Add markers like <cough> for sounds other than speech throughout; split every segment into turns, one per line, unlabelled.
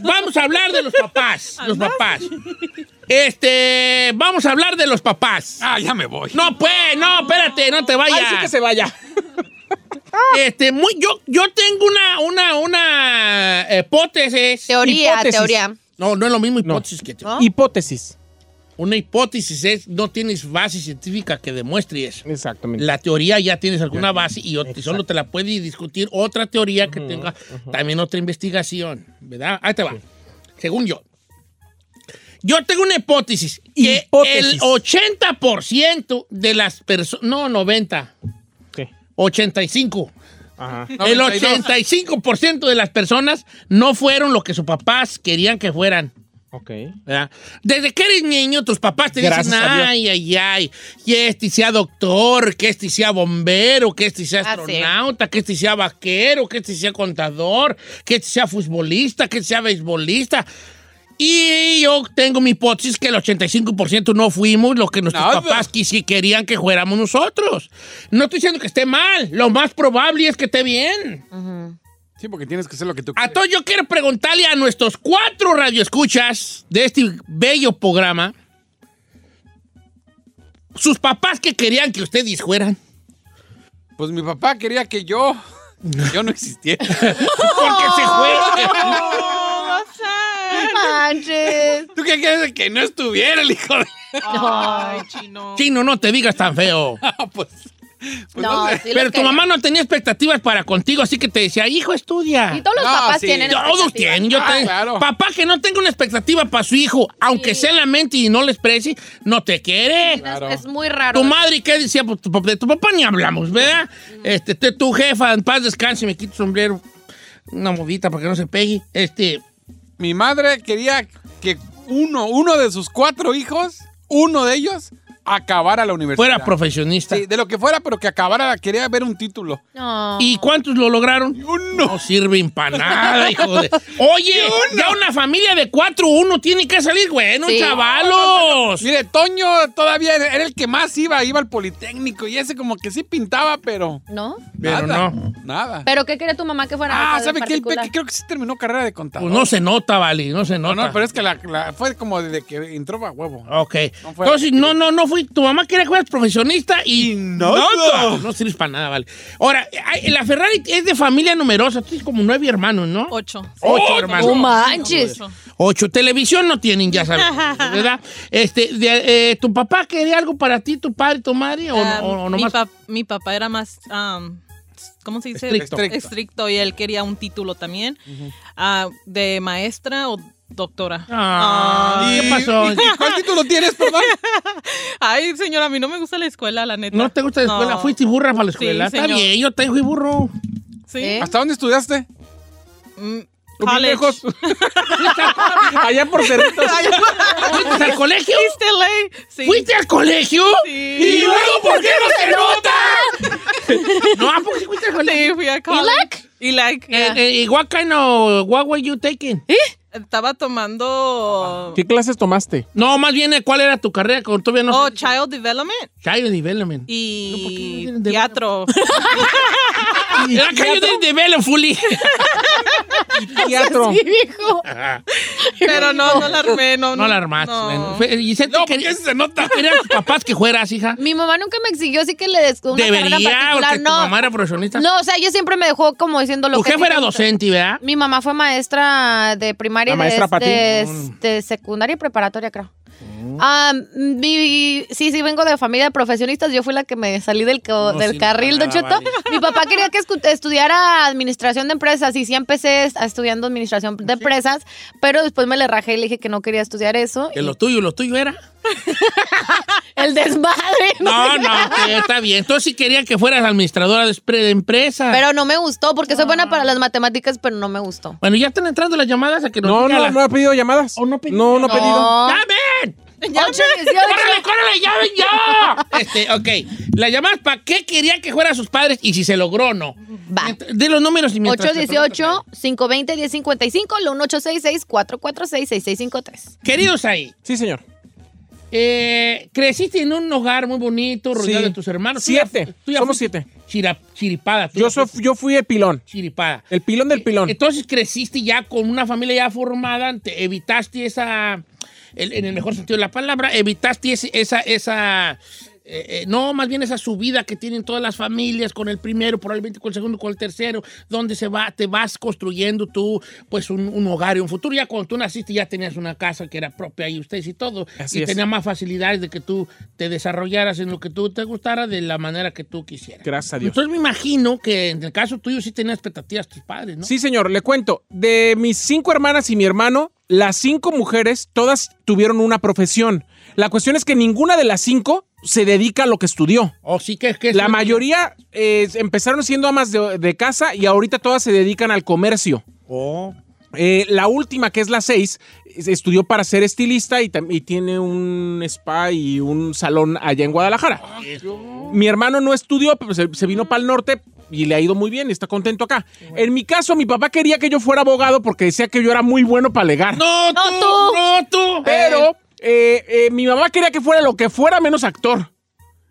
vamos a hablar de los papás. los papás. Este, vamos a hablar de los papás.
Ah, ya me voy.
No, pues, no, espérate, no te vayas.
Ay, sí que se vaya.
Este, muy, yo, yo tengo una, una, una eh, hipótesis.
Teoría,
Hipótesis.
teoría.
No, no es lo mismo hipótesis que te-
¿No?
Hipótesis.
Una hipótesis es, no tienes base científica que demuestre eso.
Exactamente.
La teoría ya tienes alguna base y ot- solo te la puede discutir otra teoría que tenga también otra investigación, ¿verdad? Ahí te va. Según yo. Yo tengo una hipótesis. que
Hipótesis.
el 80% de las personas... No, 90.
¿Qué?
85.
Ajá.
El
92.
85% de las personas no fueron lo que sus papás querían que fueran.
Ok.
¿verdad? Desde que eres niño, tus papás te dicen,
Gracias a Dios.
ay, ay, ay, que este sea doctor, que este sea bombero, que este sea
Ah, sí.
astronauta, que este sea vaquero, que este sea contador, que este sea futbolista, que este sea beisbolista. Y yo tengo mi hipótesis que el 85% no fuimos lo que nuestros
Nada.
papás quisi- querían que fuéramos nosotros. No estoy diciendo que esté mal, lo más probable es que esté bien.
Sí, porque tienes que hacer lo que tú
A
quieres.
todos yo quiero preguntarle a nuestros cuatro radioescuchas de este bello programa. Sus papás que querían que ustedes fueran.
Pues mi papá quería que yo. Yo no existiera.
Porque se
Oh.
fue.
Manches.
¿Tú qué quieres que no estuviera el hijo de.?
No,
Chino, no te digas tan feo.
Ah, pues. pues
no,
sé.
sí lo
Pero tu
quería.
mamá no tenía expectativas para contigo, así que te decía, hijo, estudia.
Y todos los
No,
papás
sí.
tienen.
Todos
expectativas.
tienen, yo
Ah,
tengo.
claro.
Papá que no tenga una expectativa para su hijo, aunque sea en la mente y no le exprese, no te quiere.
No, es-
Claro.
Es muy raro.
Tu madre, ¿qué decía? Pues, tu pap- de tu papá ni hablamos, ¿verdad? Este, te- tu jefa, en paz descanse, me quito el sombrero. Una movita para que no se pegue. Este,
Mi madre quería que uno, uno de sus cuatro hijos, uno de ellos, acabara la universidad.
fuera profesionista.
Sí, de lo que fuera, pero que acabara, quería ver un título.
No.
¿Y cuántos lo lograron?
Uno.
No sirven para nada, hijo
<laughs>
de... Oye, ya una familia de cuatro, uno tiene que salir, bueno,
Sí.
chavalos.
Mire, Toño todavía era el que más iba, iba al Politécnico y ese como que sí pintaba, pero.
¿No?
Pero
nada,
no.
Nada.
¿Pero qué quería tu mamá que fuera?
ah,
algo
¿sabe qué? El
particular?
Peque creo que sí terminó carrera de contador.
Pues no se nota, vale, no se
No,
nota.
no, pero es que la, la- fue como desde que entró a huevo.
Ok.
No fue-
Entonces, no, no, no fui. Tu mamá quería que fueras profesionista y. No, no, no sirves para nada, vale. Ahora, ay, la Ferrari es de familia numerosa. Tienes como nueve hermanos, ¿no?
Ocho.
Ocho hermanos.
No manches.
Ocho. Televisión no tienen, ya
<laughs>
sabes. ¿Verdad? Este, de- eh, ¿Tu papá quería algo para ti, tu padre, tu madre? ¿O, no- o- o
Um, mi,
nomás?
pap- mi papá era más, um, ¿cómo se dice?
Estricto.
Estricto. y él quería un título también ah, de maestra o doctora.
Ah, ¿Qué pasó?
<laughs> ¿Y cuál título tienes, perdón?
Ah, Ay, señora, a mí no me gusta la escuela, la neta.
¿No te gusta la escuela?
No.
¿Fuiste burra para la escuela? Está
señor.
bien, yo te fui
<laughs>
burro.
Sí.
¿Eh?
¿Hasta dónde estudiaste?
Mm,
Bien
college.
lejos. Allá por
<laughs>
Cerritos.
¿Fuiste al colegio?
Fuiste ley. Sí.
¿Fuiste al colegio?
Sí.
¿Y luego por qué no se nota? no, ¿por qué fuiste al colegio?
Sí, fui a college. Y like.
Eh, eh, what kind of what were you taking?
Estaba
Ah,
tomando.
¿Qué clases tomaste?
No, más bien eh, cuál era tu carrera con todavía no.
Oh, Child Development
Child Development.
y
No, ¿por qué?
teatro.
Era Child Development eh, fully.
Teatro.
Sí, viejo.
Pero no, no la armé. No,
no la armaste.
no.
Y se
No, porque ese se nota.
<laughs> Eran tus papás que fueras, hija.
Mi mamá nunca me exigió así que le des una carrera
Debería,
particular.
porque tu
No,
mamá era profesionista.
no, o sea, ella siempre me dejó como diciendo lo
tu
que. a ti
jefe
te
era
gusta.
docente,
<laughs>
¿verdad?
Mi mamá fue maestra de primaria,
¿La maestra
de,
Pati?
Mm.
de- de secundaria y preparatoria, creo. Ah, mi- sí, sí, vengo de familia de profesionistas. Yo fui la que me salí del, co-
No
del
sirve
carril,
para
Don
nada,
Cheto. <laughs> Mi papá quería que escu- estudiara administración de empresas y sí empecé est- estudiando administración de empresas, pero después me le rajé y le dije que no quería estudiar eso.
Que lo tuyo, lo tuyo era.
El desmadre.
<laughs> No, no, que está bien. Entonces sí quería que fueras administradora de espre- de empresa.
Pero no me gustó, porque soy buena para las matemáticas, pero no me gustó.
bueno, ya están entrando las llamadas a que nos
No,
diga
no,
la-
no he pedido llamadas.
Oh, no pedí.
no, no he
No.
pedido.
<laughs>
¡Llamen! <laughs>
Ocho, dieciocho.
¡Córrele, córrele, llamen
<laughs>
ya! Este, ok. La llamada para qué quería que fueran sus padres y si se logró o no.
Va.
Mientras- De los números y mientras... te preguntas.
818-520-1055, lo 1866-446-6653.
Queridos ahí,
Sí, señor.
Eh, creciste en un hogar muy bonito, rodeado
Sí.
de tus hermanos. Tú ya-
Siete.
tú ya
Somos
fuiste chira-
siete.
chiripada. tú
Yo,
ya
so-
fuiste
yo fui el pilón.
Chiripada.
El pilón del pilón.
Entonces creciste ya con una familia ya formada, te evitaste esa, el- en el mejor sentido de la palabra, evitaste ese- esa, esa, eh, eh, no, más bien esa subida que tienen todas las familias con el primero, probablemente con el segundo, con el tercero, donde se va, te vas construyendo tú, pues un, un hogar y un futuro. Ya cuando tú naciste ya tenías una casa que era propia y ustedes y todo,
Así
y
es.
tenía más facilidades de que tú te desarrollaras en lo que tú te gustara de la manera que tú quisieras.
Gracias a Dios.
Entonces me imagino que en el caso tuyo sí tenías expectativas tus padres, ¿no?
Sí, señor, le cuento. De mis cinco hermanas y mi hermano, las cinco mujeres, todas tuvieron una profesión. La cuestión es que ninguna de las cinco se dedica a lo que estudió.
O Oh, sí que, que
La mayoría eh, empezaron siendo amas de, de casa y ahorita todas se dedican al comercio.
Oh.
Eh, la última, que es la seis, es- estudió para ser estilista y, tam- y tiene un spa y un salón allá en Guadalajara. Mi hermano no estudió, pero se, se vino para el norte y le ha ido muy bien y está contento acá. En mi caso, mi papá quería que yo fuera abogado porque decía que yo era muy bueno para alegar.
No,
No,
tú,
tú.
no tú.
pero eh, eh, mi mamá quería que fuera lo que fuera menos actor.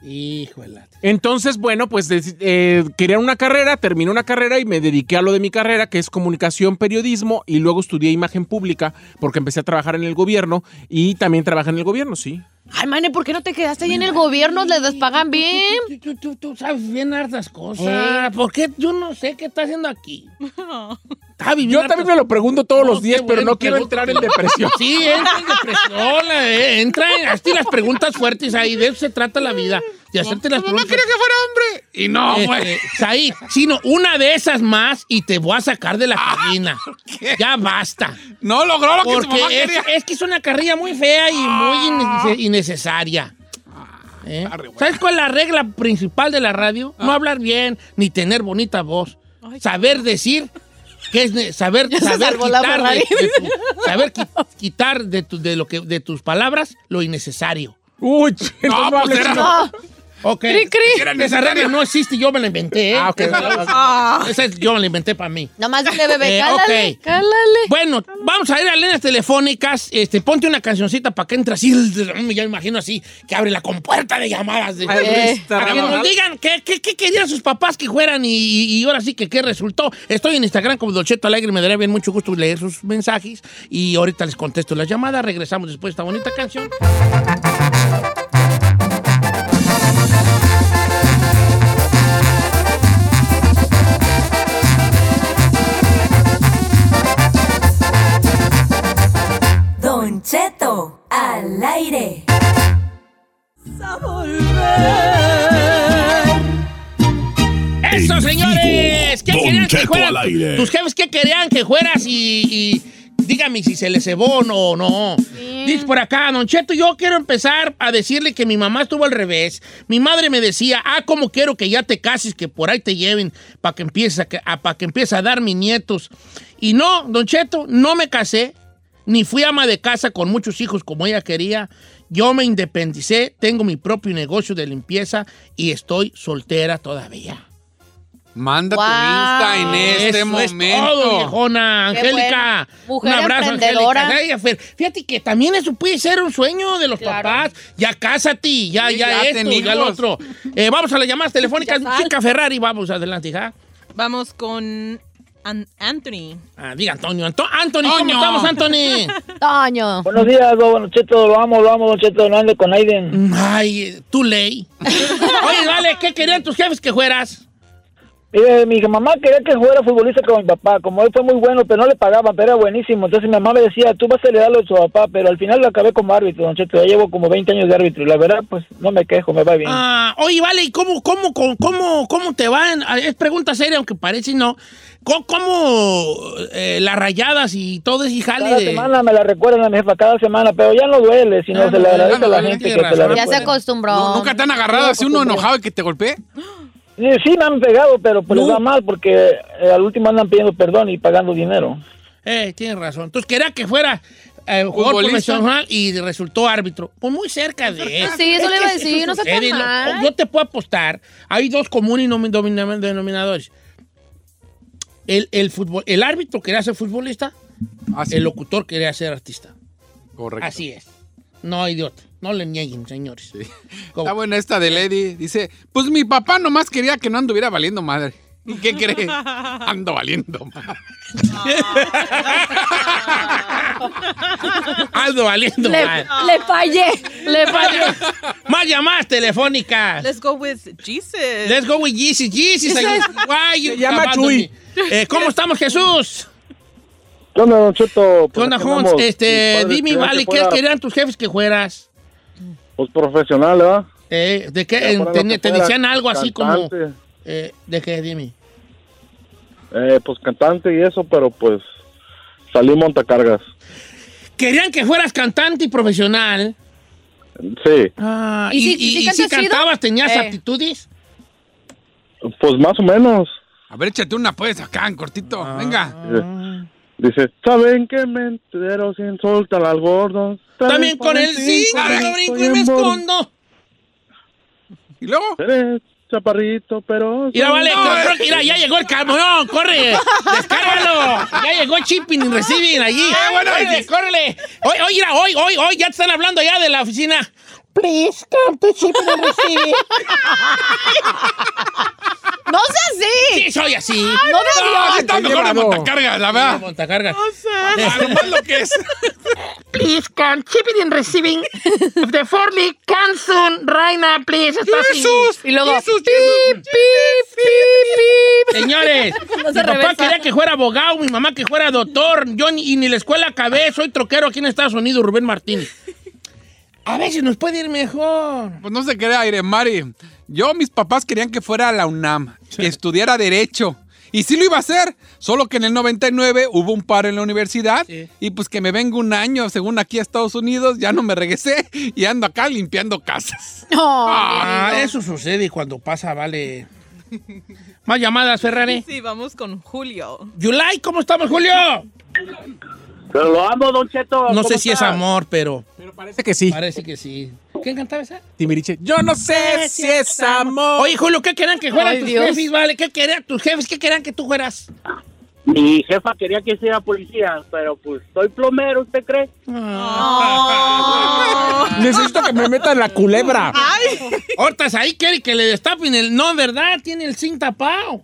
Híjole.
Entonces, bueno, pues des- eh, quería una carrera, terminé una carrera y me dediqué a lo de mi carrera, que es comunicación, periodismo, y luego estudié imagen pública porque empecé a trabajar en el gobierno y también trabajé en el gobierno, sí.
Ay, mane, ¿por qué no te quedaste ahí en el gobierno? Les despagan bien.
Tú, tú, tú- tú sabes bien hartas
¿Eh?
cosas. ¿Por qué yo no sé qué está haciendo aquí? Está viviendo
Yo también me
hartas-
lo pregunto todos
No,
los días,
qué
pero
bueno,
no quiero
pregunta. <laughs>
entrar
<laughs>
en depresión.
Sí, entra en depresión, la- eh, entra en, hazte las preguntas fuertes ahí, de eso se trata la vida, de hacerte las
mamá
preguntas
quería que fuera hombre. Y no, güey.
Este, Said, sino una de esas más y te voy a sacar de la
Ah,
cabina. Ya basta.
No logró lo que su mamá
Porque es,
quería.
es que es una carrilla muy fea y muy innece- innecesaria. ¿Eh?
arre, güey.
¿Sabes cuál es la regla principal de la radio? No hablar bien ni tener bonita voz. Saber decir que es ne- saber,
se
saber
salvó la
quitar, de,
Ferrari.
de tu- saber qui- quitar de, tu- de lo que, de tus palabras lo innecesario.
Uy, ch- entonces no hables
pues era-
chino.
Ah,
Ok.
Cri, cri.
Esa regla no existe, yo me la inventé. ¿eh?
Ah, ok.
Esa es- yo me la inventé para mí.
nomás dile, bebé,
Eh,
cálale,
ok.
cálale.
Bueno, vamos a ir a líneas telefónicas. Este, ponte una cancioncita para que entre así. <laughs> mm, Ya me imagino así, que abre la compuerta de llamadas. De,
Ay,
Eh,
Luis,
para que nos
trabajar.
digan qué, qué- qué querían sus papás que fueran y, y ahora sí que qué resultó. Estoy en Instagram como Dolceto Alegre. Me daría bien mucho gusto leer sus mensajes. Y ahorita les contesto las llamadas. Regresamos después de esta bonita canción.
Don Cheto, al aire.
¡Eso,
En
señores!
vivo,
¿Qué
Don
querían que
Cheto
fueras?
al aire.
¿Tus jefes qué querían que fueras? Y, y dígame si se les cebó o no, o no. Dice por acá, Don Cheto, yo quiero empezar a decirle que mi mamá estuvo al revés. Mi madre me decía, ah, cómo quiero que ya te cases, que por ahí te lleven para que, empieces a que- a- pa' que empiece a dar mis nietos. Y no, Don Cheto, no me casé. Ni fui ama de casa con muchos hijos como ella quería. Yo me independicé, tengo mi propio negocio de limpieza y estoy soltera todavía.
Manda tu
Wow.
Insta en este
Eso es todo,
momento.
viejona.
Qué
Angélica.
bueno. Mujer
un abrazo,
emprendedora.
Angélica. Ay, Fer, Fíjate que también eso puede ser un sueño de los
Claro.
papás. Ya cásate, ya,
Sí,
ya,
ya
esto,
ten
ya lo
hijos.
otro. Eh, vamos a las llamadas telefónicas.
Ya sal.
Chica Ferrari, vamos adelante, hija.
Vamos con An- Anthony.
Ah, diga Antonio. Anto- Anthony, ¿cómo
Toño.
estamos,
<laughs>
Anthony?
Toño.
Buenos días, don Cheto, lo amo, lo amo, don Cheto, no ande con Aiden.
Ay, eh, tú
<laughs>
ley. Oye, vale, ¿qué querían tus jefes que fueras?
Mire, mi mamá quería que jugara futbolista con mi papá, como él fue muy bueno, pero no le pagaban, pero era buenísimo. Entonces mi mamá me decía, tú vas a heredar lo de tu papá, pero al final lo acabé como árbitro, don Cheto, ya llevo como 20 años de árbitro, y la verdad, pues, no me quejo, me va bien.
Ah, oye, vale, ¿y cómo, cómo, cómo, cómo, cómo te van? Ah, Es pregunta seria, aunque parece no. ¿Cómo, cómo, eh, las rayadas y todo ese jale eh,
Cada
de...
semana me la recuerdan a mi jefa, cada semana, pero ya no duele, sino
Ya Ah, no
se le
duele,
agradece
ya no
a la
duele,
gente
tiene
que te la
razón.
Ya se
recuerda.
acostumbró.
No, ¿Nunca te han agarrado así uno enojado y que te golpee?
Sí, sí me han pegado, pero pues les va mal, porque eh, al último andan pidiendo perdón y pagando dinero.
Eh, tienes razón. Entonces quería que fuera eh, jugador
Futbolista.
profesional y resultó árbitro. Pues muy cerca de eso.
Sí, eso le iba a
que
decir, no está tan
sucede,
mal.
Yo te puedo apostar, hay dos comunes nomi- domina- denominadores. El, el, fútbol, el árbitro quería ser futbolista,
Así.
el locutor quería ser artista.
Correcto.
Así es. No hay de otra. No le nieguen, señores. Como-
Está buena esta de Lady. Dice, pues mi papá nomás quería que no anduviera valiendo madre. ¿Y
<laughs>
qué cree? Ando valiendo madre.
Aldo valiendo.
Le,
madre.
Ah.
le fallé, le
<laughs>
fallé.
Más llamadas telefónicas.
Let's go with Jesus.
Let's go with Jesus. Jesus, I- why you
Se llama
abandon
Chuy.
me? Eh, ¿Cómo estamos, Jesús?
¿Qué onda, Don Cheto?
¿Qué
Pues
onda,
aquí
Jones?
andamos. Mis
Este,
padres
dime,
querían
vale,
que
¿qué
fuera,
querían tus jefes que fueras?
Pues profesional, ¿verdad?
Eh, ¿De qué?
Querían
¿Te,
que
te
fuera
decían algo así como...?
cantante.
eh, ¿De qué? Dime.
Eh, pues cantante y eso, pero pues salí montacargas.
Querían que fueras cantante y profesional.
Sí,
Ah,
¿Y
¿Y,
si-
y-
si
y si
cantas chido?
cantabas tenías
Eh.
aptitudes?
pues más o menos.
A ver, échate una pues acá, en cortito.
Ah.
Venga.
Dice, ¿saben que me entero sin soltar al gordo?
También con el sí, no brinco y me escondo.
Y luego,
Eres chaparrito, pero...
Mira, vale,
No,
control,
eh.
mira, ya llegó el camión, corre, descárgalo. Ya llegó Chipping y reciben allí.
Ah, bueno,
córrele,
sí.
córrele. Hoy, hoy, mira, hoy, hoy, hoy, ya te están hablando allá de la oficina. Please, come to Chipping and receive.
No seas
<laughs>
así.
Sí, soy así.
No seas
no, aquí está
Qué
mejor de
llevado.
montacargas, la verdad.
Montacargas.
Ah, nomás lo que es.
Please, come Chipping and receiving. The Forley, Canson, Raina, please. está así.
Y luego,
Señores,
<laughs> No se
mi papá
reversa.
quería que fuera abogado, mi mamá que fuera doctor, yo ni, y ni la escuela acabé, soy troquero aquí en Estados Unidos, Rubén Martínez. A veces nos puede ir mejor.
Pues no se crea, Irene Mari. Yo, mis papás querían que fuera a la UNAM, que estudiara Derecho. Y sí lo iba a hacer, solo que en el 99 hubo un paro en la universidad
Sí.
y pues que me vengo un año, según aquí a Estados Unidos, ya no me regresé y ando acá limpiando casas.
no.
Ah, eso sucede cuando pasa, vale. Más llamadas, Ferrari.
Sí, vamos con Julio.
Yulai, ¿cómo estamos, Julio?
Pero lo amo, Don Cheto.
No sé si es amor, pero
Pero parece que sí.
parece que sí. ¿Quién cantaba esa?
Timbiriche. Yo no sé si es amor.
Oye, Julio, ¿qué querían que fueran
Ay,
tus
Dios.
jefes, vale? ¿Qué querían tus jefes? ¿Qué querían que tú fueras?
Mi jefa quería que sea policía, pero pues soy plomero, ¿usted cree?
Necesito que me metan la culebra.
Hortas ahí quiere que le destapen el... No, ¿verdad? Tiene el zinc tapado.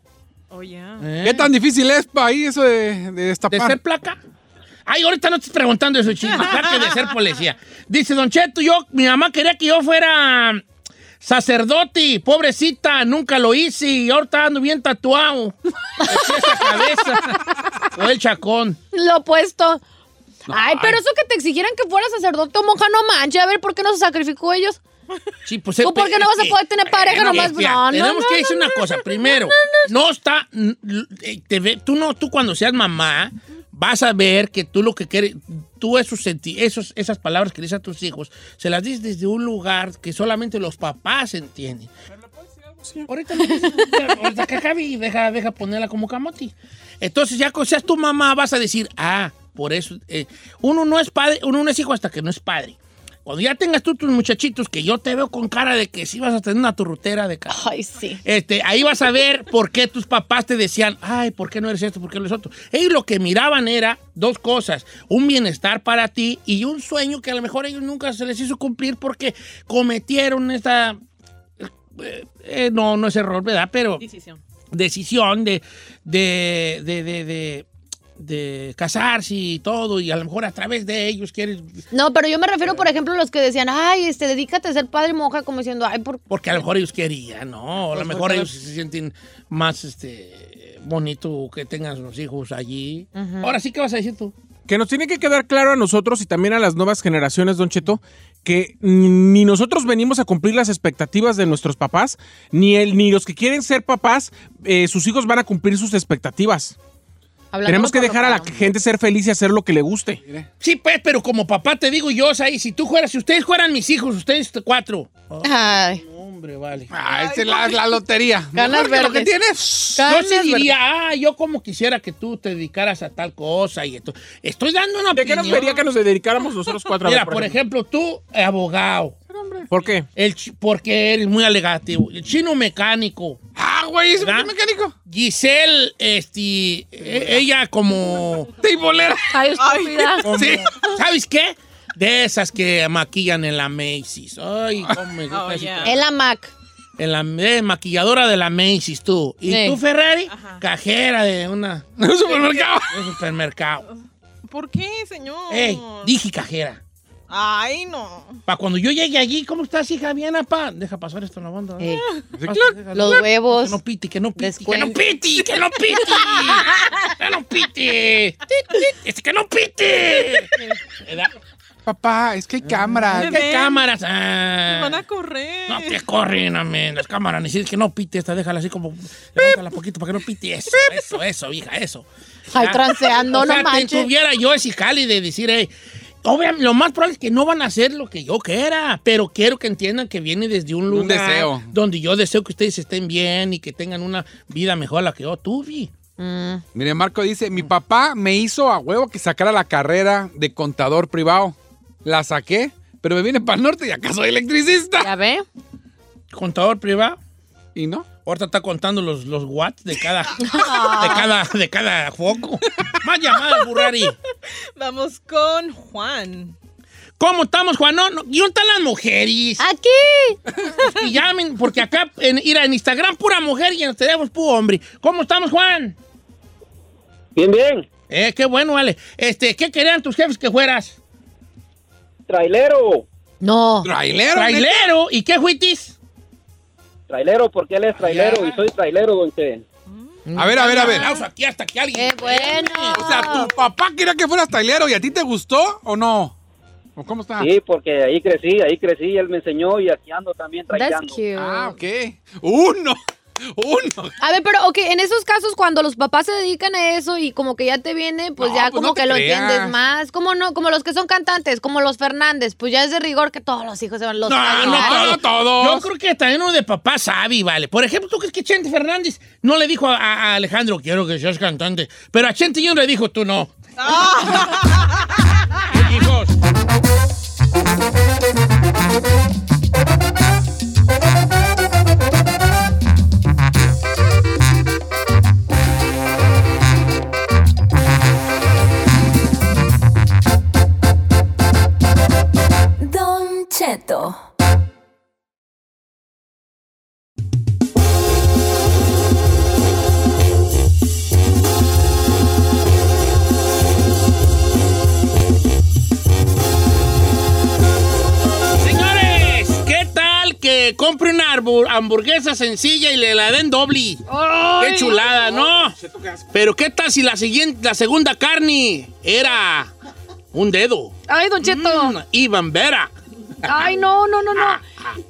Oh, yeah.
¿Eh?
¿Qué tan difícil es para ahí eso de, de
¿De
destapar?
ser placa? Ay, ahorita no estoy preguntando eso, chino. Claro que de ser policía. Dice, Don Cheto, yo, mi mamá quería que yo fuera sacerdote, pobrecita, nunca lo hice y ahorita ando bien tatuado. Esa cabeza. O el chacón.
Lo opuesto. Ay, pero eso que te exigieran que fueras sacerdote o monja, no manches. A ver, ¿por qué no se sacrificó ellos?
Sí, pues,
¿Tú por qué no vas a
eh,
poder tener pareja
bueno,
nomás?
eh, mira,
No, no,
Tenemos
no,
que
no,
decir una cosa. Primero, no, está. mm, eh, te ve- tú no, tú cuando seas mamá, vas a ver que tú lo que quieres. Tú esos, senti- esos, esas palabras que le dices a tus hijos, se las dices desde un lugar que solamente los papás entienden. Ahorita me <laughs> dices, ahorita que acabe y deja, deja ponerla como camoti. Entonces, ya que seas tu mamá, vas a decir, ah, por eso. eh, uno no es padre, uno no es hijo hasta que no es padre. Cuando ya tengas tú tus muchachitos, que yo te veo con cara de que sí vas a tener una turrutera de casa.
Ay, sí.
Este, ahí vas a ver por qué tus papás te decían, ay, ¿por qué no eres esto? ¿Por qué no eres otro? Ellos lo que miraban era dos cosas, un bienestar para ti y un sueño que a lo mejor ellos nunca se les hizo cumplir porque cometieron esta... eh, eh, no, no es error, ¿verdad? Pero
Decisión.
decisión de, de, de, de, de- de casarse y todo, y a lo mejor a través de ellos quieres...
No, pero yo me refiero, por ejemplo, a los que decían, ay, este, dedícate a ser padre y monja, como diciendo, ay, por...
Porque a lo mejor ellos querían, ¿no? A lo
Pues,
mejor
porque-
ellos se sienten más este bonito que tengan sus hijos allí. Ahora sí, ¿qué vas a decir tú?
Que nos tiene que quedar claro a nosotros y también a las nuevas generaciones, Don Cheto, que ni- ni nosotros venimos a cumplir las expectativas de nuestros papás, ni él, ni los que quieren ser papás, eh, sus hijos van a cumplir sus expectativas.
hablando
Tenemos que
por
dejar a la
papá.
gente ser feliz y hacer lo que le guste.
Sí, pues, pero como papá te digo yo, ahí, si tú fueras, si ustedes fueran mis hijos, ustedes cuatro. Oh,
Ay,
hombre, vale.
Ah, esa es la, la lotería.
Ganas
Mejor que lo que
verdes.
Yo
tienes.
Carlos
sí diría, ah, yo como quisiera que tú te dedicaras a tal cosa y esto. Estoy dando una
¿De qué
opinión.
nos vería que nos dedicáramos nosotros cuatro a
Mira,
ver,
por ejemplo, tú, eh, abogado,
¿Por qué?
el chi- porque eres muy alegativo, el chino mecánico,
Ah, güey, ¿es
¿Verdad?
mecánico?
Giselle, este, eh, ella como...
Teibolera.
ay, estúpida.
Como- ¿Sabes qué? De esas que maquillan en la Macy's. Ay, cómo me gusta
Oh,
ese
yeah.
trabajo.
Es la Mac.
En la eh, maquilladora de la Macy's, tú. Y
Sí.
tú, Ferrari,
Ajá.
cajera de una
En un supermercado.
de un supermercado.
¿Por qué, señor?
Ey, dije cajera.
Ay, no.
Pa' cuando yo llegue allí, ¿cómo estás, hija? Bien, pa. Deja pasar esto en la banda. ¿no?
Eh,
Pasa, déjalo.
los
Que
huevos.
no piti, que no piti, que
Descuento.
no piti, que no piti, <laughs> que no piti, Tit, tit, es que no piti. ¿Verdad?
Papá, es que hay cámaras.
¿Qué
ven.
cámaras?
Me van
Ah.
a correr.
No te corren, amén. Las cámaras, ni siquiera que no pite esta, déjala así como. Levántala poquito para que no pite. Eso, eso, eso, hija, eso.
Ay,
Ya.
transeando,
o
no
sea, te
manches.
tuviera yo ese jali de decir, hey, obviamente, lo más probable es que no van a hacer lo que yo quiera, pero quiero que entiendan que viene desde un lugar.
deseo.
Donde yo deseo que ustedes estén bien y que tengan una vida mejor a la que yo tuve.
Mire, Marco dice, mi papá me hizo a huevo que sacara la carrera de contador privado. La saqué, pero me vine para el norte y acá soy electricista.
¿Ya ve?
Contador privado.
¿Y no?
Ahorita está contando los, los watts de
<laughs>
cada, de cada, de cada foco. Más llamadas, Burrari.
Vamos con Juan.
¿Cómo estamos, Juanón? ¿Y dónde están las mujeres?
Ah. Aquí.
Y llamen, porque acá, en, mira, en Instagram pura mujer y en los teléfonos puro hombre. ¿Cómo estamos, Juan?
Bien, bien.
Eh, qué bueno, vale. Este, ¿qué querían tus jefes que fueras?
Trailero.
No.
Trailero. neta.
Trailero, ¿y qué juitis?
Trailero, porque él es trailero
Ya.
y soy trailero, don Che.
A ver, a ver, a ver.
Aplauso aquí hasta que alguien.
Qué bueno.
O sea, ¿tu papá quería que fueras trailero y a ti te gustó o no? ¿O cómo
Ah.
está?
Sí, porque ahí crecí, ahí crecí, él me enseñó y aquí ando también
That's
traileando.
cute.
Ah, ok. Uno. Uno.
A ver, pero ok, en esos casos cuando los papás se dedican a eso y como que ya te viene, pues
No,
ya
pues
como
no te
que lo
creas.
entiendes más. Como no, como los que son cantantes, como los Fernández, pues ya es de rigor que todos los hijos se van los
No,
Fernández.
no,
No,
todo,
no todos.
Yo creo que también uno de papá sabe, vale. Por ejemplo, ¿tú crees que Chente Fernández no le dijo a, a- a Alejandro, quiero que seas cantante? Pero a Chente Jr. le dijo, tú no.
Ah.
<laughs> Hijos.
Don Cheto.
Señores, ¿qué tal que compre una arbu- hamburguesa sencilla y le la den doble? ¡Qué chulada, no! Pero ¿qué tal si la, siguiente, la segunda carne era un dedo?
Ay, Don Cheto.
Mm, y bambera.
Ay, no, no, no, no.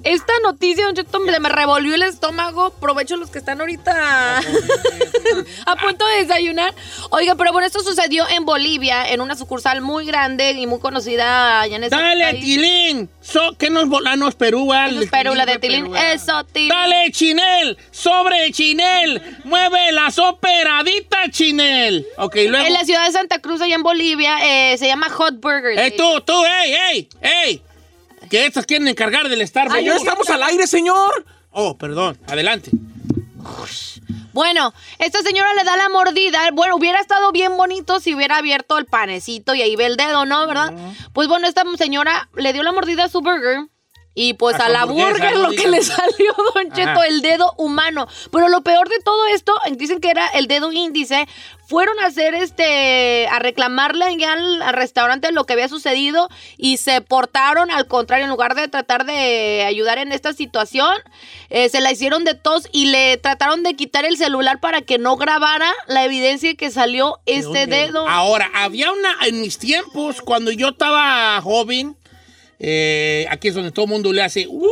Esta noticia, Don Cheto, me me revolvió el estómago. Provecho los que están ahorita <laughs> a punto de desayunar. Oiga, pero bueno, esto sucedió en Bolivia, en una sucursal muy grande y muy conocida allá en ese
Dale,
país.
Tilín. So, ¿Qué nos volanos Perú?
Eso
vale.
es Perú, la de Tilín. Eso, Tilín.
Dale, Chinel. Sobre Chinel. Mueve la soperadita, Chinel. Ok, luego.
En la ciudad de Santa Cruz, allá en Bolivia, eh, se llama Hot Burger.
¡Ey, tú, tú! ¡Ey, ey, ey! Que estas quieren encargar del Starbucks.
Señor, estamos al aire, señor.
Oh, perdón. Adelante.
Bueno, esta señora le da la mordida. Bueno, hubiera estado bien bonito si hubiera abierto el panecito y ahí ve el dedo, ¿no? ¿Verdad? Pues bueno, esta señora le dio la mordida a su burger. Y pues
A
a,
su
la
hamburguesa,
burger
no
lo que le
digas.
salió, Don Cheto,
Ajá.
el dedo humano. Pero lo peor de todo esto, dicen que era el dedo índice, fueron a hacer este, a reclamarle allá al, al restaurante lo que había sucedido y se portaron al contrario, en lugar de tratar de ayudar en esta situación, eh, se la hicieron de tos y le trataron de quitar el celular para que no grabara la evidencia que salió este dedo.
Ahora, había una. En mis tiempos, cuando yo estaba joven, eh, aquí es donde todo el mundo le hace. "Uh".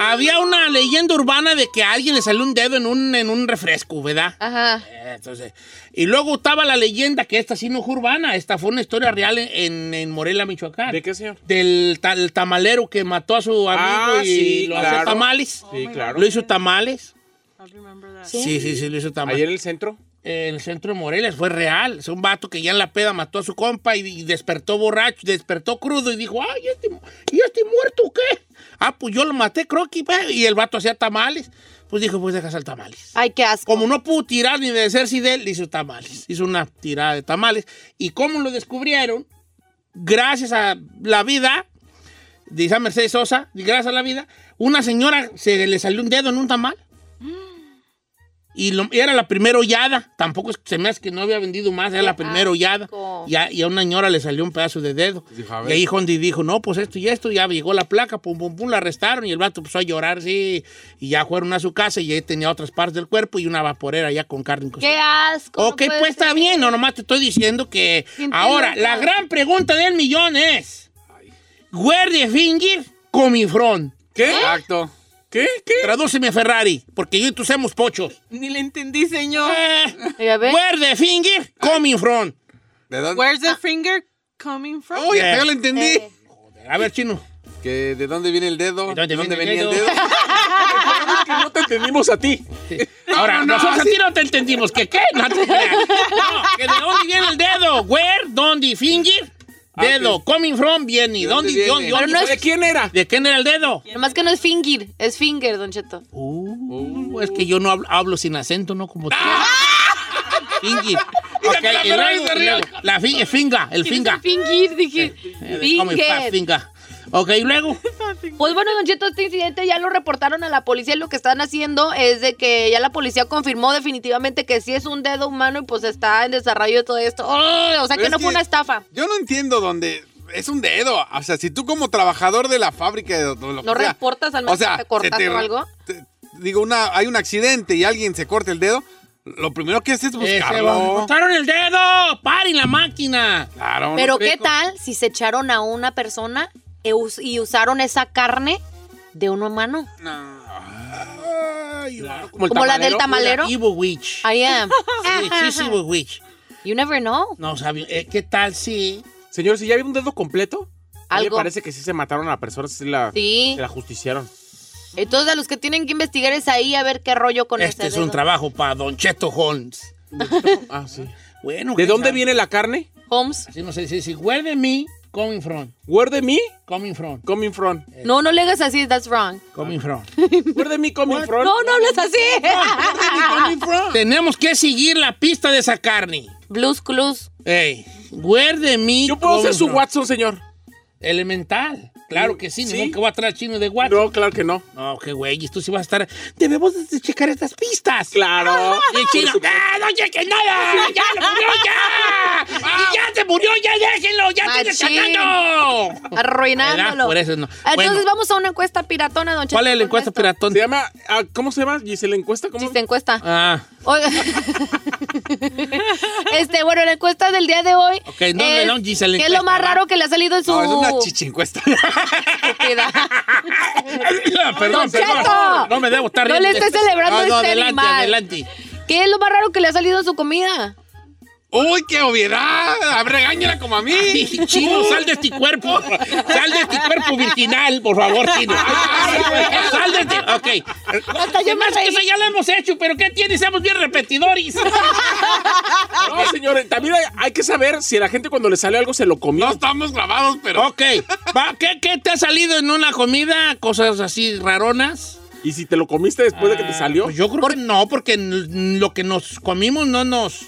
Había una leyenda urbana de que a alguien le salió un dedo en un, en un refresco, ¿verdad?
Ajá.
Eh, Entonces, y luego estaba la leyenda que esta sí no fue urbana, esta fue una historia real en, en Morelia, Michoacán.
¿De qué, señor?
Del tal tamalero que mató a su amigo
Ah,
y
sí,
lo
claro.
hacía tamales.
Sí, claro.
Lo hizo tamales.
Oh I remember that.
Sí, sí, sí, lo hizo tamales
Ayer en el centro.
en el centro de Morelia, fue real. Es un vato que ya en la peda mató a su compa y, y despertó borracho, despertó crudo y dijo, ay, este, ¿y este muerto qué? Ah, pues yo lo maté, creo que iba". Y el vato hacía tamales. Pues dijo, pues dejas al tamales.
Ay, qué asco.
Como no pudo tirar ni deshacerse de él, le hizo tamales. Hizo una tirada de tamales. ¿Y cómo lo descubrieron? gracias a la vida, dice a Mercedes Sosa, gracias a la vida, una señora se le salió un dedo en un tamal.
Mm.
Y lo- era la primera hollada. Tampoco es- se me hace que no había vendido más. Era la primera hollada.
asco.
Y a, y a una señora le salió un pedazo de dedo.
Dijo, a ver.
y ahí Hondi dijo, no, pues esto y esto. Ya llegó la placa, pum, pum, pum, la arrestaron. Y el vato empezó a llorar, sí. Y ya fueron a su casa y ahí tenía otras partes del cuerpo y una vaporera ya con carne.
¡Qué
incrustada.
asco!
Ok, pues está bien. No, nomás te estoy diciendo que...
Sin
Ahora,
pena. pues.
la gran pregunta del millón es... Where the finger coming from?
¿Qué? Exacto.
¿Qué? ¿Qué? Tradúceme Ferrari, porque yo y tú somos pochos.
Ni le entendí, señor.
Ah.
Eh,
Ya ves.
Where the finger coming from?
¿De dónde?
Where's
Ah.
the finger coming from?
¡Uy, hasta yo lo entendí!
A ver, chino.
Que ¿De dónde viene el dedo?
¿De
¿De
dónde
dónde,
viene el
venía el
dedo?
dedo? <laughs>
No te entendimos a ti.
Ahora,
no, no,
nosotros a ti no te entendimos. ¿Qué qué? No te creas. <laughs> No, que de dónde viene el dedo. Where, dónde, finger, dedo. Coming from, viene. ¿Y
¿De
Ah, dónde,
dónde
dónde,
viene?
dónde-
Pero no es-
¿De quién era?
¿De quién era el dedo?
Nomás que no es finger, es finger, Don Cheto.
Uh, es que yo no hablo, hablo sin acento, no como tú. <laughs> Finger. Ah. Ok, y luego- y luego, la fi- el finga, el finga.
Finger, dije.
Eh, coming from,
Finger.
finga. Ok, y <laughs> luego.
Pues bueno, Don Cheto, este incidente ya lo reportaron a la policía y lo que están haciendo es de que ya la policía confirmó definitivamente que sí es un dedo humano y pues está en desarrollo de todo esto. ¡Oh! O sea que
Pero es
no fue
que-
una estafa.
Yo no entiendo dónde. Es un dedo. O sea, si tú como trabajador de la fábrica de lo que
¿No
sea,
reportas al menos que te cortaste
se
o algo?
te- digo, una, hay un accidente y alguien se corta el dedo. Lo primero que haces es
Eh, se va. ¡Me
buscarlo.
cortaron el dedo! ¡Paren la máquina!
Claro, no
Pero
sé
¿qué
cómo-
tal si se echaron a una persona e us- y usaron esa carne de un humano?
Ay, claro,
Como,
Como la del tamalero.
Evil Witch.
I <laughs> am.
Sí, sí, es Evil Witch.
You never know.
No, sabio. eh, ¿Qué tal si...?
Señor, si ya había un dedo completo, a mí me
Algo.
parece que sí se mataron a la persona, sí la,
Sí.
se la justiciaron.
Entonces a los que tienen que investigar es ahí a ver qué rollo con
este
ese
es un
dedo.
trabajo para Don Cheto Holmes.
Ah, sí.
<laughs> Bueno,
¿De
¿quién
dónde
sabe?
viene la carne?
Holmes.
Así no sé, si si where de me, coming from,
Where the me
coming from,
coming from?
No, no le hagas así, that's wrong.
coming
Ah. <laughs>
from.
Where the me coming from?
No, no hables así.
Tenemos que seguir la pista de esa carne.
<laughs> Blues Clues.
Ey, where de me,
Yo puedo ser
coming
su
from.
Watson, señor.
Elemental. Claro que sí,
Sí.
ningún que va a traer chino de Watson.
No, claro que no.
No, qué güey, tú sí vas a estar. Debemos de checar estas pistas.
Claro.
Y el chino, ¡ah, no cheques nada! ¡Ya lo murió <laughs> ya! ¡Y ya se murió! ¡Ya déjenlo! ¡Ya estoy
Machín.
desatando! ¿Verdad?
Arruinándolo.
Por eso no.
Entonces
Bueno.
vamos a una encuesta piratona, don Cheto.
¿Cuál es la
con
encuesta
esto.
piratón?
Se llama, ah, ¿cómo se llama? ¿Y se le encuesta? ¿Cómo?
Chiste encuesta.
Ah, <laughs>
Oiga. este, bueno, la encuesta del día de hoy.
Ok, no, no, no, Giselle,
¿Qué es lo
encuesta,
más
va.
raro que le ha salido en su
No, es una chichincuesta.
Uh. estúpida?
<laughs>
<laughs>
perdón,
Don
perdón.
Cheto.
No me debo estar
No
riendo
le
de
esté
esto.
celebrando
Ah, no,
este
adelante,
animal.
adelante.
¿Qué es lo más raro que le ha salido en su comida?
¡Uy, qué obviedad! Ah, ¡Regáñala como a mí!
Chino, sal de este cuerpo. Sal de este cuerpo virginal, por favor, Chino. Sal de este. Ok. Además, que eso ya lo hemos hecho, pero ¿qué tiene? Seamos bien repetidores.
No, señor, también hay, hay que saber si a la gente cuando le sale algo se lo comió.
No estamos grabados, pero.
Ok. Va, ¿Qué, ¿Qué te ha salido en una comida? Cosas así raronas.
Y si te lo comiste después de que
Ah,
te salió.
Pues yo creo que no, porque n- lo que nos comimos no nos.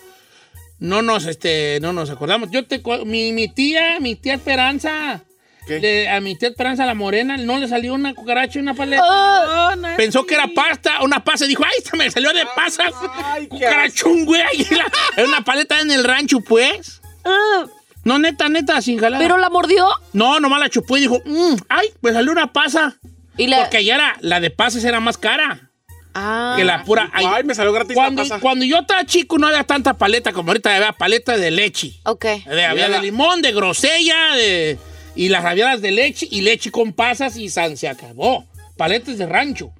No nos, este, no nos acordamos. Yo te cu- mi, mi tía, mi tía Esperanza.
¿Qué?
le- a mi tía Esperanza la morena no le salió una cucaracha y una paleta.
Oh,
Oh, nasty.
Pensó que era pasta, una pasa, y dijo, ¡ay, se me salió de pasas!
Ah, Ay, qué
¡Cucarachón, güey! Era era una paleta en el rancho, pues.
oh.
No, neta, neta, sin jalar.
¿Pero la mordió?
No, nomás la chupó y dijo, "Mm, ¡ay, me salió una pasa!
Y la...
Porque allá era, la de pasas era más cara
Ah.
que la pura.
Ay,
ay,
me salió gratis
cuando,
la pasa.
cuando yo estaba chico no había tanta paleta como ahorita, había paleta de leche.
Ok.
De- había de
la-
limón, de grosella, de, y las rabiadas de leche, y leche con pasas, y san, se acabó. Paletas de rancho.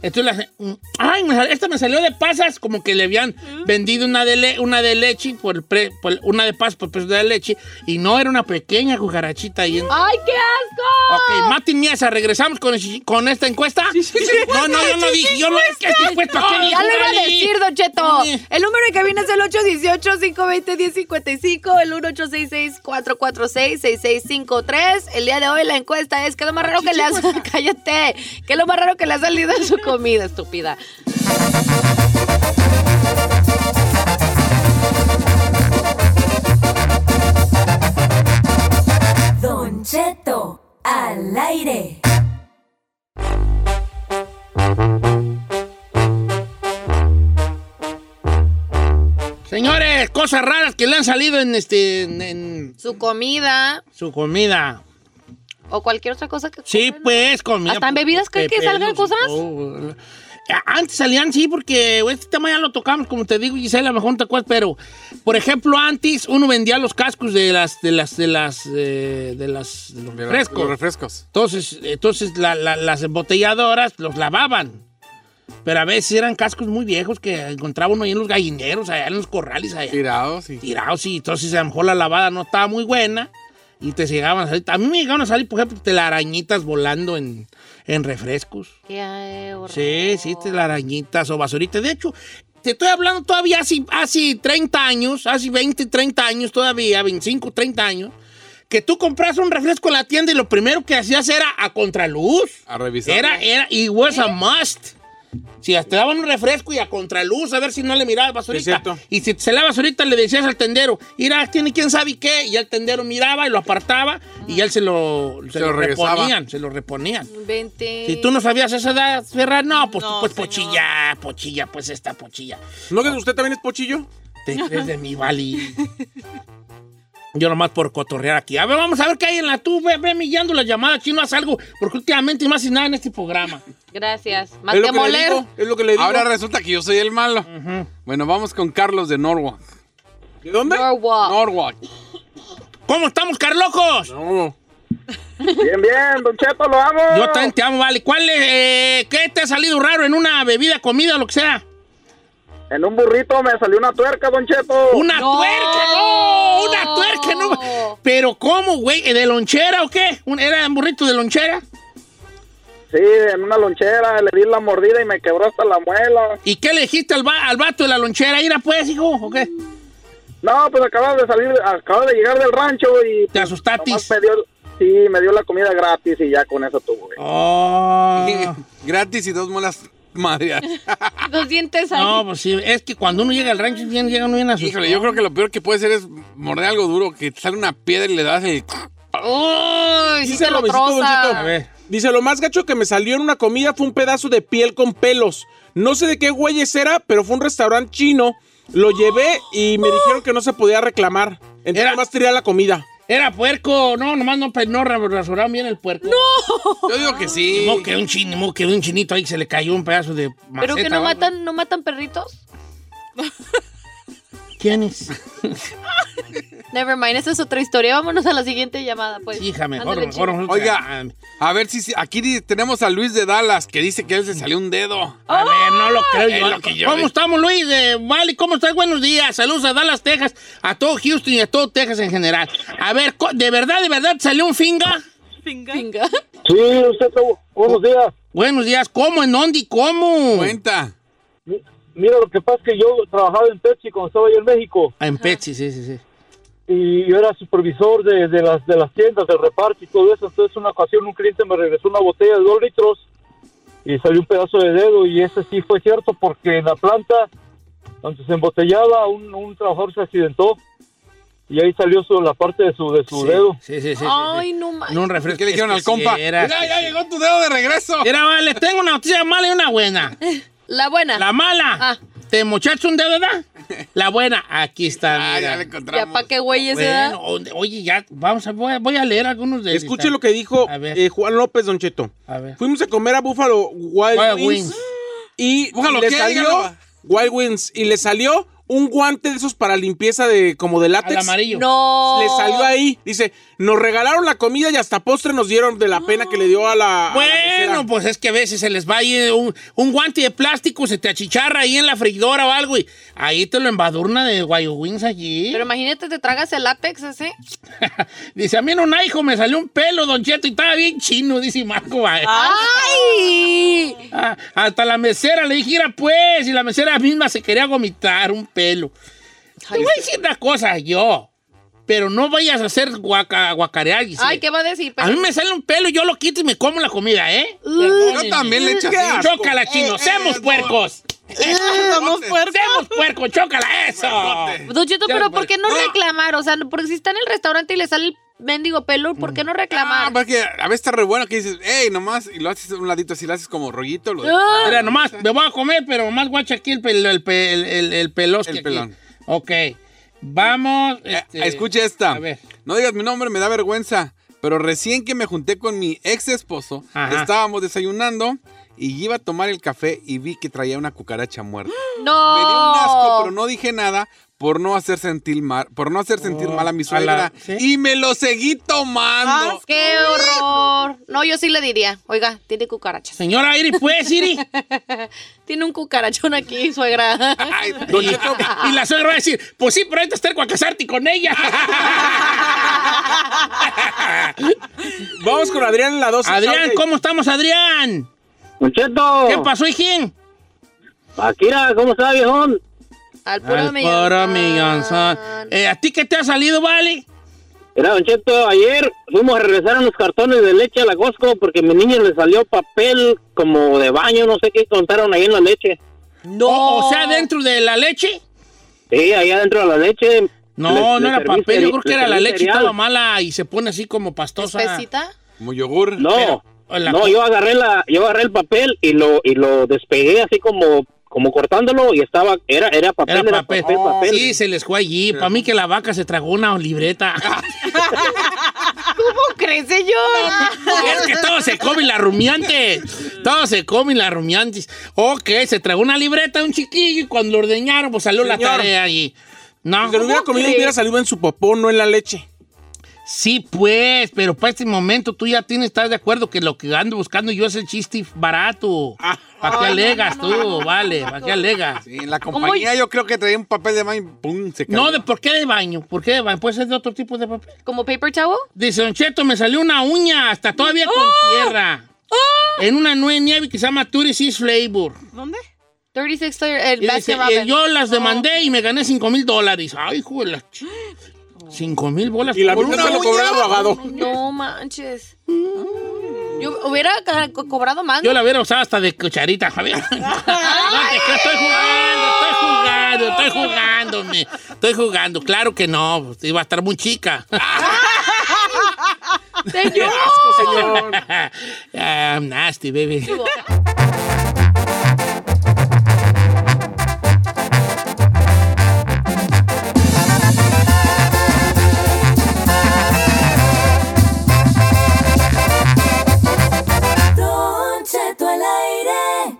Entonces, las- mm, ay, me sal- esta me salió de pasas, como que le habían vendido una de, le- una de leche, por, el pre- por- una de pasas por el precio de la leche, y no era una pequeña cucarachita ahí. en-
¡Ay, qué asco!
Ok, Mati Miesa, ¿regresamos con, el chichi- con esta encuesta? No, no, yo no dije, yo no es que esta encuesta, ¿qué
Ya
dijo,
lo iba a
Lali?
decir, Don Cheto.
Sí.
El número de cabina es el 818-520-1055, el 1866-446-6653. El día de hoy la encuesta es: ¿Qué es lo más
Ah,
raro que le has <laughs> Cállate. ¿Qué es lo más raro que le ha salido en su comida, estúpida?
Cheto al aire.
Señores, cosas raras que le han salido en este en, en
Su comida
su comida.
o cualquier otra cosa que
Sí,
comen.
pues, comida.
¿Hasta en bebidas cree que
Pepenos
salgan
y
cosas?
todo. Ah, Antes salían, sí, porque este tema ya lo tocamos, como te digo, Gisela, a lo mejor no te acuerdas, pero, por ejemplo, antes uno vendía los cascos de las, de las, de las, eh, de las, de los
De la-
refrescos.
Los refrescos.
Entonces, entonces la- la- las embotelladoras los lavaban. Pero a veces eran cascos muy viejos que encontraba uno ahí en los gallineros, allá en los corrales, allá.
Tirados, sí.
Tirados, y entonces a lo mejor la lavada no estaba muy buena y te llegaban a salir. A mí me llegaban a salir, por ejemplo, telarañitas volando en, en refrescos.
Qué eh, horror.
Sí, sí, telarañitas o basuritas. De hecho, te estoy hablando todavía hace, hace 30 años, hace 20, 30 años todavía, 25, 30 años, que tú compras un refresco en la tienda y lo primero que hacías era a contraluz.
A revisar.
Era, era, y was a must. Si te daban un refresco y a contraluz, a ver si no le mirabas
Es
basurita.
cierto.
Y si te salía basurita, le decías al tendero, mira, tiene quién sabe qué. Y ya el tendero miraba y lo apartaba y ya él se lo, se
Se lo
lo
regresaba.
reponían, se lo reponían.
Vente.
pues. Si tú no sabías esa edad, Ferran, no, pues,
No,
pues
señor.
pochilla, pochilla, pues esta pochilla.
¿No que usted también es pochillo?
Te crees de mi
<laughs>
Vali. Yo nomás por cotorrear aquí. A ver, vamos a ver qué hay en la tu. Ve, ve millando la llamada, chino, haz algo, porque últimamente no hace nada en este programa.
Gracias. Más
Es lo
que
que le
moler.
digo,
Es lo que le digo.
Ahora resulta que yo soy el malo. Bueno, vamos con Carlos de Norwalk.
¿De dónde?
Norwalk.
Norwalk.
¿Cómo estamos, Carlocos?
No.
Bien, bien, Don Cheto, lo amo.
Yo también te amo, Vali. ¿Cuál es, eh, qué te ha salido raro en una bebida, comida, lo que sea?
En un burrito me salió una tuerca, Don Cheto.
¡Una
No.
tuerca! ¡No! ¡Una tuerca! No. ¿Pero cómo, güey? ¿De lonchera o qué? ¿Un- ¿Era un burrito de lonchera?
Sí, en una lonchera, le di la mordida y me quebró hasta la muela.
¿Y qué le dijiste al, va- al vato de la lonchera? ¿Ira pues, hijo? ¿O qué?
No, pues acababa de salir, acababa de llegar del rancho y...
¿Te asustatis?
nomás me dio, sí, me dio la comida gratis y ya con eso tuvo.
Oh.
<laughs> Gratis y dos molas madrias.
Dos dientes ahí.
No, pues sí, es que cuando uno llega al rancho, bien, llega uno bien asustado.
Híjole, yo creo que lo peor que puede ser es morder algo duro, que te sale una piedra y le das el...
Uy, sí
Dice
te lo
Robecito, Don Cheto.
A
troza.
ver.
Dice, lo más gacho que me salió en una comida fue un pedazo de piel con pelos. No sé de qué güeyes era, pero fue un restaurante chino. Lo llevé y me dijeron que no se podía reclamar. Entonces
Era-
nomás tiré a la comida.
Era puerco, no, nomás no, pues, no ra- rasuraron bien el puerco. No.
Yo digo que sí.
que un chin, ni modo que un chinito ahí que se le cayó un pedazo de maceta.
Pero que no
¿va?
matan, no matan perritos.
¿Quién es?
Never mind, esa es otra historia. Vámonos a la siguiente llamada, pues.
Sí, hija, mejor,
Ándale,
mejor.
chico.
mejor.
Oiga, a ver si, si- aquí di- tenemos a Luis de Dallas que dice que a él se salió un dedo.
A ver, no lo creo
Es
yo.
lo que yo
¿Cómo
digo.
estamos, Luis? Eh, vale, ¿cómo estás? Buenos días. Saludos a Dallas, Texas, a todo Houston y a todo Texas en general. A ver, co- ¿de verdad, de verdad salió un finga?
Finga.
Venga.
Sí, usted, tuvo- buenos días.
Buenos días. ¿Cómo? ¿En dónde y cómo?
Cuenta.
Mi- Mira, lo que pasa es que yo trabajaba en Pepsi cuando estaba yo en México
Ah, En Pepsi, sí, sí, sí.
y yo era supervisor de, de las, de las tiendas, del reparto y todo eso. Entonces, una ocasión un cliente me regresó una botella de dos litros y salió un pedazo de dedo y ese sí fue cierto porque en la planta, donde se embotellaba, un, un trabajador se accidentó y ahí salió su, la parte de su, de su
Sí,
dedo.
Sí, sí, sí. sí, sí.
Ay, no ma-
No, un refresco.
¿Qué le dijeron
Es
al
que
compa?
sí, Era,
Mira, ya llegó tu dedo de regreso.
Era, vale, tengo una noticia mala y una buena.
La buena.
La mala.
Ah.
¿Te mochaste un dedo,
<laughs>
verdad? La buena. Aquí está.
Ah,
mira.
ya le
Ya
encontramos.
pa' qué güey ese
Bueno,
da.
o- oye, ya, vamos a, voy a, voy a leer algunos de
Escuche lo que dijo
A ver.
eh, Juan López, Don Cheto.
A ver.
Fuimos a comer a Buffalo Wild,
Wild
Wings,
Wings.
y
Buffalo,
le
¿qué?
salió
Dígalo.
Wild Wings y le salió un guante de esos para limpieza de como de
Al
látex.
amarillo.
No.
Le salió ahí, dice, nos regalaron la comida y hasta postre nos dieron de la pena que le dio a la. a la mesera".
Bueno, pues es que a veces se les va ahí un, un guante de plástico, se te achicharra ahí en la freidora o algo y ahí te lo embadurna de Guayo Wings allí. <laughs>
Pero imagínate, te tragas el látex ese.
dice, a mí en un hijo me salió un pelo, don Cheto, y estaba bien chino, dice Marco. Baez.
Ah. ¡Ay!
Ah, hasta la mesera le dije, "Ira, pues, y la mesera misma se quería vomitar un pelo. Te voy a decir una cosa yo, pero no vayas a hacer guaca, guacarear, Giselle.
Ay, ¿qué va a decir?
A
Pero-
mí me sale un pelo y yo lo quito y me como la comida, ¿eh?
Uy.
Yo también le eché
¿Qué
así.
asco.
Chócala, chino.
Eh, eh,
¡Seamos
no.
puercos!
Somos puercos.
¡Hacemos puerco! ¡Chócala eso!
Don Cheto,
Ya,
pero
pues.
¿por qué no reclamar? O sea, porque si está en el restaurante y le sale el mendigo pelo, ¿por qué no
Ah,
reclamar?
porque a veces está re bueno que dices, hey, nomás, y lo haces a un ladito así, lo haces como rollito. Lo dejas.
Ah,
Mira, nomás, me voy a comer, pero nomás guacha aquí el, pel, el, pe- el, el, el pelosque
El
aquí.
pelón.
Ok. Vamos.
Eh,
este,
escucha esta.
A ver.
No digas mi nombre, me da vergüenza. Pero recién que me junté con mi ex esposo,
Ajá.
estábamos desayunando y iba a tomar el café y vi que traía una cucaracha muerta.
no.
Me dio un
Oh.
asco, pero no dije nada por no hacer sentir mal, por no hacer sentir
Oh,
mal a mi
a
suegra.
la- ¿sí?
Y me lo seguí tomando.
¡Qué horror! No, yo sí le diría. Oiga, tiene cucarachas.
Señora Iri, pues, Iri.
Tiene un cucarachón aquí, <laughs> suegra.
<laughs> Ay,
y, y la suegra va a decir, pues sí, pero ahorita está a casarte con
<laughs>
ella.
Vamos con Adrián en la 12.
Adrián, ¿cómo estamos, Adrián?
Concheto.
Oh.
¿Qué pasó, hijín?
Akira, ¿cómo está, viejón?
Al puro
Al
millón.
puro millonzón. Eh, ¿A ti qué te ha salido, vale?
Era Don Cheto, ayer fuimos a regresar unos cartones de leche a la Costco porque a mi niño le salió papel como de baño, no sé qué contaron ahí en la leche.
No. O, o sea, dentro de la leche.
Sí, ahí adentro de la leche.
No,
Le-
no
le
era
serví
papel, yo
cere-
creo que
le
era la
serví
leche
cereal.
estaba mala y se pone así como pastosa.
¿Espesita?
Como yogur.
No,
Pero, la
no,
co-
yo agarré la, yo agarré el papel y lo, y lo despegué así como, como cortándolo y estaba, era, era papel,
Era
era,
papel.
papel,
Oh,
papel.
Sí, se les fue allí. Para mí que la vaca se tragó una libreta.
<laughs> ¿Cómo crees, señor?
es que todos se comen las rumiantes. Todos se comen las rumiantes. Ok, se tragó una libreta a un chiquillo y cuando lo ordeñaron, pues salió la
Señor.
tarea allí. No,
Si lo hubiera comido,
crees?
hubiera salido en su popó, no en la leche.
sí, pues, pero para este momento tú ya tienes, estás de acuerdo que lo que ando buscando yo es el chiste barato.
Ah.
¿Para qué alegas tú? Vale, ¿para qué alegas?
Sí, en la compañía yo creo que traía un papel de baño y pum, se cayó.
No, de por qué de baño, por qué de baño, puede ser de otro tipo de papel.
¿Como paper towel?
Dice Don Cheto, me salió una uña, hasta todavía con tierra. En una nue- nieve que se llama Tourist Flavor.
¿Dónde?
36 el
Y dice,
Baskin
eh,
Robbins.
yo las demandé y me gané 5 mil dólares. Ay, hijo de la ch- 5 mil bolas.
Y la
por
mitad
una
se lo
uña.
cobró el abogado.
No manches. Yo hubiera ca- co- cobrado más.
Yo la hubiera usado hasta de cucharita, Javier. <laughs> No, te creo, estoy jugando, estoy jugando, estoy jugando, me- estoy jugando. Claro que no, pues, iba a estar muy chica. <laughs>
Señor.
<laughs> I'm Ah, nasty, baby.
Don Cheto al aire.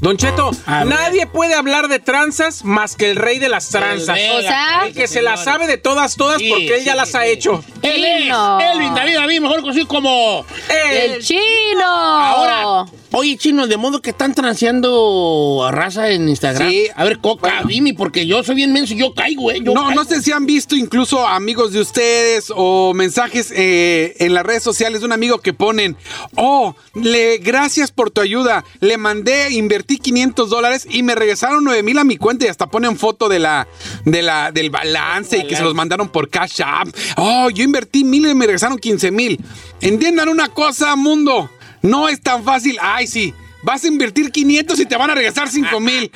Don Cheto,
A ver.
nadie puede hablar de tranzas más que el rey de las tranzas.
rey de
O sea,
pues,
El que se las sabe de todas, todas,
Sí,
porque él ya
sí,
las
sí,
ha
sí.
hecho.
Él es
Chino.
Elvin David David, mejor conocido como...
El
Él.
chino.
Ahora, oye, chino, de modo que están transeando a raza en Instagram.
Sí.
A ver, Coca,
Bueno.
dime, porque yo soy bien menso y yo caigo, ¿eh? Yo
No,
caigo.
no sé si han visto incluso amigos de ustedes o mensajes eh, en las redes sociales de un amigo que ponen, oh, le, gracias por tu ayuda, le mandé, invertí 500 dólares y me regresaron 9 mil a mi cuenta y hasta ponen foto de la, de la, del balance y que se los mandaron por Cash App. Oh, yo invertí mil y me regresaron 15 mil. Entiendan una cosa, mundo, no es tan fácil, ay sí. Vas a invertir 500 y te van a regresar 5 mil.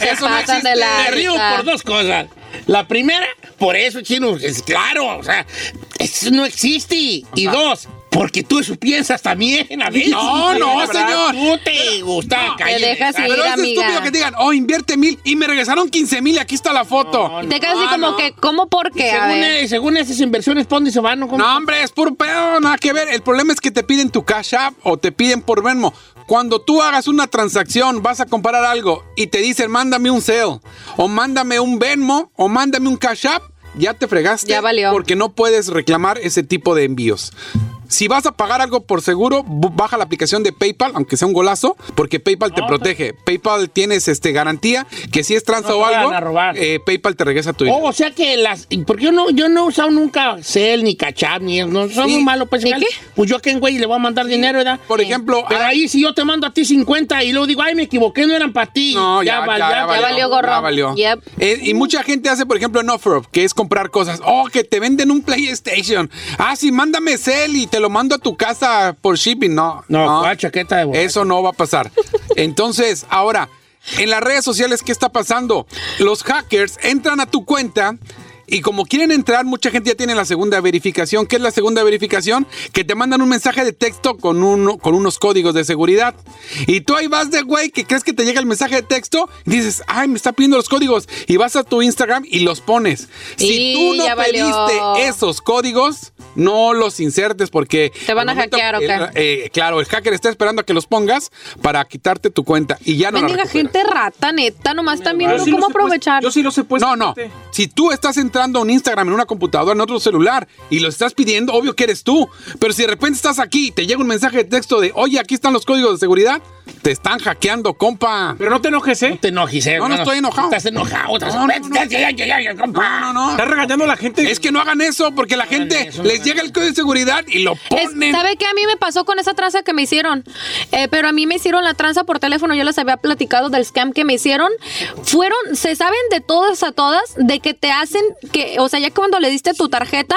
Eso no
pasan de
existe.
la-
Me río
Está.
por dos cosas. La primera, por eso, chino, es claro, o sea, eso no existe. Y dos, porque tú eso piensas también a veces.
No, no, señor.
Tú te gusta caer en
dejas
esa-
ir.
Pero es
amiga.
estúpido que digan, oh, invierte mil y me regresaron 15 mil, aquí está la foto. No,
Y te quedas así
Ah,
como
no.
que, ¿cómo por qué? A
Según,
ver.
eh, según esas inversiones, ¿pa' dónde se van? No, ¿Cómo?
hombre, es puro pedo, nada que ver. El problema es que te piden tu Cash App o te piden por Venmo. Cuando tú hagas una transacción, vas a comprar algo y te dicen, mándame un sale, o mándame un Venmo, o mándame un Cash App, ya te fregaste.
Ya valió.
Porque no puedes reclamar ese tipo de envíos. Si vas a pagar algo por seguro, bu- baja la aplicación de PayPal, aunque sea un golazo, porque PayPal te protege. PayPal tienes este garantía que si es tranza
No te
o
vayan
algo,
a robar.
eh, PayPal te regresa tu dinero.
Oh, o sea que las. Porque yo no, yo no he usado nunca Cel, ni Cachap, ni. No, son
Sí.
muy malos para
¿De qué?
Pues yo a Ken güey le voy a mandar dinero, ¿verdad?
Por ejemplo,
Pero
ah,
ahí si yo te mando a ti 50 y luego digo, ay, me equivoqué, no eran para ti.
No, ya,
val-
ya, ya valió.
valió gorro.
ya valió.
Yep.
Eh, y mucha gente hace, por ejemplo, en Offer, que es comprar cosas. Oh, que te venden un PlayStation. Ah, sí, mándame Cell y te lo mando a tu casa por shipping. No,
No, ¿cuál chaqueta de borracho?
Eso no va a pasar. Entonces, ahora, en las redes sociales, ¿qué está pasando? Los hackers entran a tu cuenta. Y como quieren entrar, mucha gente ya tiene la segunda verificación. ¿Qué es la segunda verificación? Que te mandan un mensaje de texto con, uno, con unos códigos de seguridad. Y tú ahí vas de güey que crees que te llega el mensaje de texto y dices, ay, me está pidiendo los códigos. Y vas a tu Instagram y los pones. Si
Y
tú no
ya valió.
pediste esos códigos, no los insertes porque...
Te van
al
a hackear, ¿o qué?
el- eh, claro, el hacker está esperando a que los pongas para quitarte tu cuenta y ya no la
Bendiga
recuperas.
gente rata, neta, nomás también
Yo
uno
sí
cómo
los he puesto-
aprovechar.
Yo sí los he
Pues,
puesto.
No, no.
fíjate.
Si tú estás entrando a un Instagram en una computadora, en otro celular y lo estás pidiendo, obvio que eres tú. Pero si de repente estás aquí y te llega un mensaje de texto de, oye, aquí están los códigos de seguridad, te están hackeando, compa.
Pero no te enojes,
No
¿eh?
te enojes, eh,
No, no
hermano.
estoy enojado.
Estás enojado. Estás
No, no, no.
Vete, ya, ya, ya, ya, compa.
No, no,
Estás
no.
regañando a la gente.
Es que no hagan eso porque la gente
eso, no
les
hagan
llega el código de seguridad y lo
Es-
ponen.
¿Sabe qué? A mí me pasó con esa tranza que me hicieron. Eh, pero a mí me hicieron la tranza por teléfono. Yo les había platicado del scam que me hicieron. Fueron, se saben de todas a todas, de que te hacen que, o sea, ya cuando le diste tu tarjeta,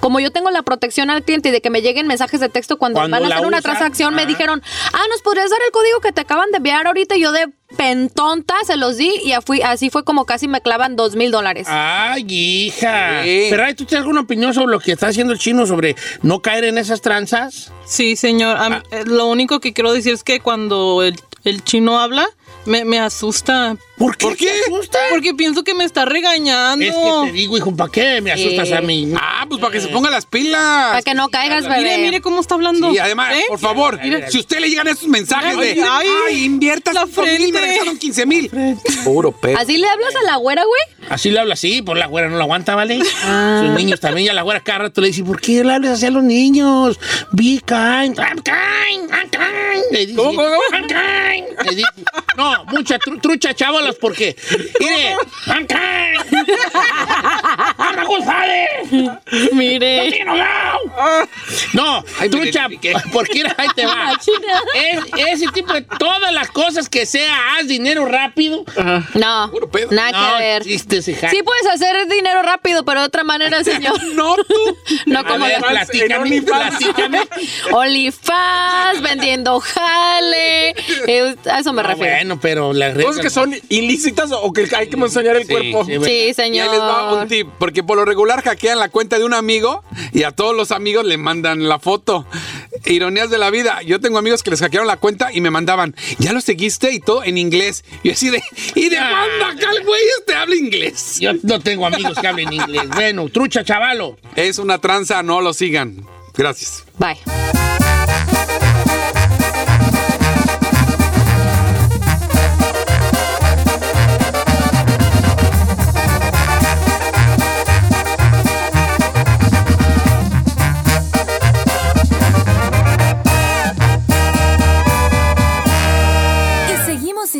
como yo tengo la protección al cliente y de que me lleguen mensajes de texto cuando,
Cuando
van a
la
hacer una
usas,
transacción, me
ajá.
dijeron, ah, ¿nos podrías dar el código que te acaban de enviar ahorita? Y yo de pentonta se los di y ya fui- así fue como casi me clavan dos mil dólares.
Ay, hija.
Sí.
Pero ay, ¿tú tienes alguna opinión sobre lo que está haciendo el chino sobre no caer en esas tranzas?
Sí, señor. Am-
Ah.
eh, Lo único que quiero decir es que cuando el, el chino habla, me, me asusta.
¿Por qué?
¿Por qué?
te asusta?
Porque pienso que me está regañando.
Es que te digo, hijo, ¿para qué me asustas
Eh.
a mí?
Ah, pues para que
Eh.
se pongan las pilas.
Para que no caigas, bebé.
Mire, mire cómo está hablando.
Y además,
¿Eh?
por favor,
Mira.
si usted le llegan esos mensajes
Ay,
de ay,
ay,
invierta
la
5 mil y me
frente.
regresaron 15 mil. Puro perro.
¿Así le hablas a la güera,
<laughs>
güey?
Así le habla así, por la güera no lo aguanta, ¿vale? Sus niños también, ya la güera cada rato le dice, ¿por qué le hablas así a los niños? Be kind, I'm kind, I'm kind. Le dice,
¿Cómo, cómo, cómo?
I'm kind. Le dice, no, mucha tru- trucha, chavalas, porque, mire, I'm kind. "Ah, ¡Ana González!
Mire.
¡Tino Gao! No,
Ay, Ah. me
trucha, <laughs>
identifiqué.
porque era- ahí te va. Es- ese tipo de todas las cosas que sea, haz dinero rápido.
No,
Puro pedo.
nada
no,
que ver.
chistes, hija.
Sí puedes hacer dinero rápido, pero de otra manera, señor.
No, tú.
<laughs> No
A
como
ver,
la
platícame, platícame.
OnlyFans, vendiendo jale. eh, a eso me
No,
refiero.
bueno, pero las redes...
Cosas Pues que son ilícitas o que hay que enseñar el
Sí,
cuerpo.
sí, bueno.
Sí,
Y ahí les va
señor.
un tip, porque por lo regular hackean la cuenta de un amigo y a todos los amigos le mandan la foto. Ironías de la vida, yo tengo amigos que les hackearon la cuenta y me mandaban, ya lo seguiste y todo en inglés. Y yo así de, y de
Ah.
manda acá el güey, este habla inglés.
Yo no tengo amigos que hablen inglés. Bueno, trucha, chavalo.
Es una tranza, no lo sigan. Gracias.
Bye.
Y seguimos